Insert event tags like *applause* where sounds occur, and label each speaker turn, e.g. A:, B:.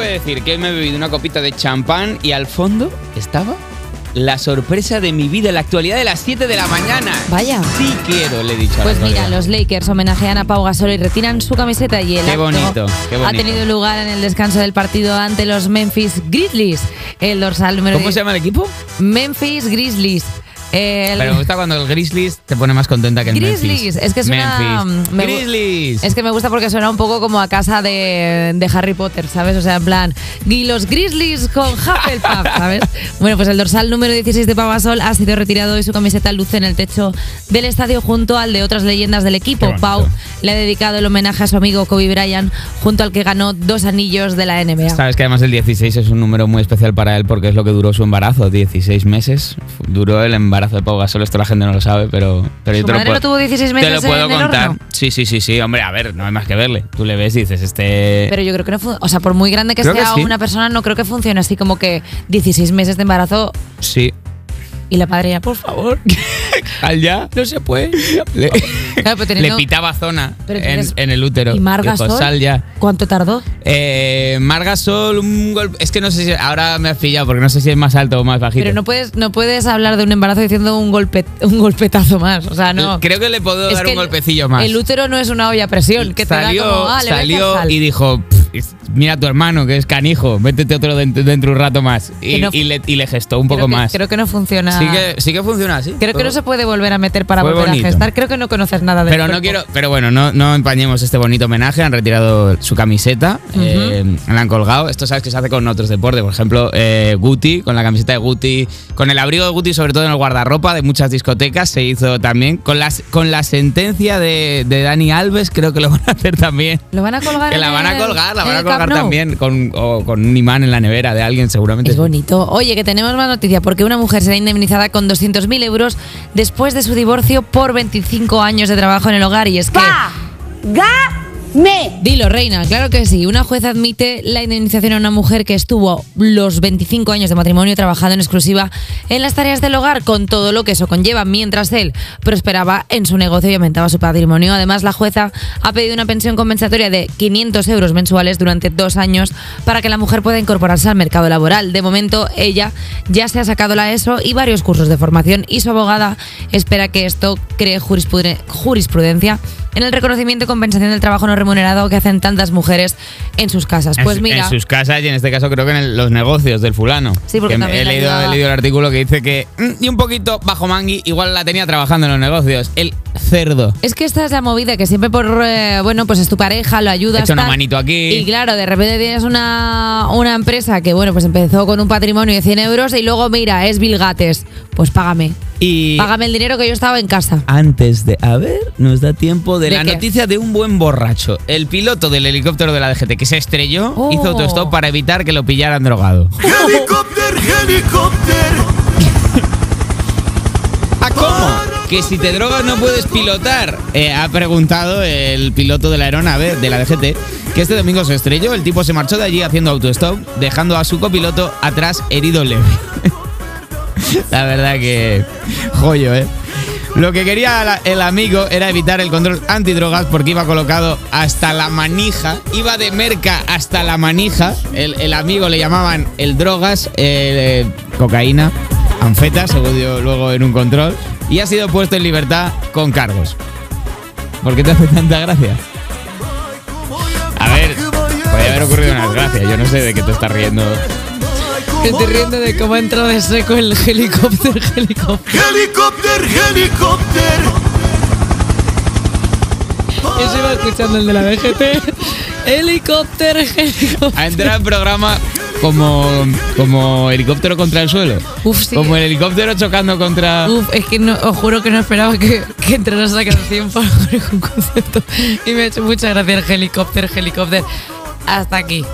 A: de decir que me he bebido una copita de champán y al fondo estaba la sorpresa de mi vida, la actualidad de las 7 de la mañana.
B: Vaya.
A: Sí quiero, le he dicho a la
B: Pues mira,
A: actualidad.
B: los Lakers homenajean a Pau Gasol y retiran su camiseta y el
A: Qué
B: acto
A: bonito, qué bonito.
B: ha tenido lugar en el descanso del partido ante los Memphis Grizzlies. El dorsal número
A: ¿Cómo
B: diez-
A: se llama el equipo?
B: Memphis Grizzlies. El-
A: Pero me gusta cuando el Grizzlies te pone más contenta que el Memphis.
B: Grizzlies, es que suena,
A: Memphis.
B: mm, me gu-
A: Grizzlies.
B: Es que me gusta porque suena un poco como a casa de, de Harry Potter, ¿sabes? O sea, en plan, y los Grizzlies con Hufflepuff,
A: *laughs*
B: ¿sabes? Bueno, pues el dorsal número 16 de Pavasol ha sido retirado y su camiseta luce en el techo del estadio junto al de otras leyendas del
A: Qué
B: equipo.
A: bonito.
B: Pau le ha dedicado el homenaje a su amigo Kobe Bryant, junto al que ganó dos anillos de la NBA.
A: Sabes que además el 16 es un número muy especial para él porque es lo que duró su embarazo, 16 meses. Duró el embarazo de Pau Gasol, esto la gente no lo sabe, pero, pero yo
B: ¿Su
A: te
B: madre
A: lo puedo,
B: lo tuvo 16
A: te lo
B: meses
A: puedo
B: en el
A: contar.
B: horno?
A: Sí, sí, sí, sí, hombre, a ver, no hay más que verle. Tú le ves y dices, este...
B: Pero yo creo que no fun- O sea, por muy grande que
A: Creo que
B: sea
A: sí.
B: una persona, no creo que funcione así como que 16 meses de embarazo
A: sí.
B: y la padre ya, por
A: Por
B: favor.
A: *laughs* favor. Al ya, no se puede. Le,
B: Claro, pero
A: *laughs* le
B: teniendo-
A: pitaba zona
B: Pero
A: en,
B: tienes-
A: en el útero.
B: ¿Y Marga
A: Dijo,
B: Sol?
A: Sal ya.
B: ¿Cuánto tardó?
A: Eh, Marga Sol, un golpe. Es que no sé si. Ahora me has pillado porque no sé si es más alto o más bajito.
B: Pero no puedes, no puedes hablar de un embarazo diciendo un, golpe, un golpetazo más. O sea, no.
A: Creo que le puedo
B: Es
A: dar
B: que
A: un
B: el-
A: golpecillo más.
B: El útero no es una olla a presión que
A: salió,
B: te da como, ah, le metes
A: salió
B: sal.
A: y dijo: "Pff, es- Mira a tu hermano que es canijo, métete otro dentro, dentro un rato más. Y,
B: Que no-
A: y le, y le gestó un
B: Creo
A: poco
B: que-
A: más.
B: Creo que no funciona.
A: sí, que, sí que funciona así.
B: creo que no se puede volver a meter para
A: Fue
B: volver
A: bonito.
B: a gestar. Creo que no conoces nada de
A: Pero no quiero, pero bueno, no, no empañemos este bonito homenaje. Han retirado su camiseta, eh, la han colgado. Esto sabes que se hace con otros deportes, por ejemplo, eh, Guti, con la camiseta de Guti, con el abrigo de Guti, sobre todo en el guardarropa de muchas discotecas, se hizo también. Con las, con la sentencia de, de Dani Alves, creo que lo van a hacer también.
B: Lo van a colgar.
A: Que la
B: en
A: van a
B: el-
A: colgar, la
B: en
A: van a
B: el Camp
A: colgar
B: Nou.
A: también con, o con un imán en la nevera de alguien, seguramente.
B: Es bonito. Oye, que tenemos más noticia porque una mujer será indemnizada con 200.000 euros después de su divorcio por 25 años de trabajo en el hogar. Y es que.
C: ¡Págame!
B: Dilo, reina, claro que sí. Una jueza admite la indemnización a una mujer que estuvo los 25 años de matrimonio trabajando en exclusiva en las tareas del hogar, con todo lo que eso conlleva, mientras él prosperaba en su negocio y aumentaba su patrimonio. Además, la jueza ha pedido una pensión compensatoria de 500 euros mensuales durante dos años para que la mujer pueda incorporarse al mercado laboral. De momento, ella ya se ha sacado la ESO y varios cursos de formación y su abogada espera que esto cree jurisprude- jurisprudencia en el reconocimiento y compensación del trabajo no remunerado que hacen tantas mujeres en sus casas.
A: En
B: Pues
A: su-
B: mira,
A: En sus casas y en este caso creo que en el- los negocios del fulano.
B: Sí, porque
A: Que me-
B: también
A: he,
B: la
A: leído,
B: ayudaba.
A: he leído el artículo que dice que. mm, Y un poquito bajo mangui, igual la tenía trabajando en los negocios. El cerdo.
B: es que esta es la movida que siempre por eh, bueno, pues es tu pareja, lo ayudas
A: Echa una
B: tal.
A: manito aquí.
B: Y claro, de repente tienes una, una empresa que bueno, pues empezó con un patrimonio de 100 euros y luego mira, es Vilgates. Pues págame.
A: Y.
B: Págame el dinero que yo estaba en casa.
A: Antes de. A ver, nos da tiempo de,
B: ¿De
A: la
B: qué?
A: noticia de un buen borracho. El piloto del helicóptero de la DGT que se estrelló
B: Oh.
A: hizo autostop para evitar que lo pillaran drogado.
B: *laughs*
D: Helicóptero, helicóptero.
A: ¿A cómo? Que si te drogas no puedes pilotar, eh, ha preguntado el piloto de la aeronave de la DGT, que este domingo se estrelló, el tipo se marchó de allí haciendo autostop, dejando a su copiloto atrás herido leve. la verdad que joyo, ¿eh? Lo que quería la- el amigo era evitar el control antidrogas porque iba colocado hasta la manija, iba de merca hasta la manija, el, el amigo le llamaban el drogas, eh, cocaína, anfeta, según dio luego en un control, y ha sido puesto en libertad con cargos. ¿Por qué te hace tanta gracia? A ver, puede haber ocurrido una desgracia, yo no sé de qué te estás riendo.
B: Estoy riendo de cómo entró de seco el helicóptero, helicóptero.
D: Helicóptero, helicóptero.
B: Yo iba escuchando el de la BGT. Helicóptero, helicóptero.
A: Ha entrado en programa como, como helicóptero contra el suelo.
B: Uf, sí. Uh,
A: Como el helicóptero chocando contra.
B: Uf, es que no, os juro que no esperaba que, que entraras a canción *laughs* para un concepto. Y me ha hecho mucha gracia el helicóptero, helicóptero. Hasta aquí.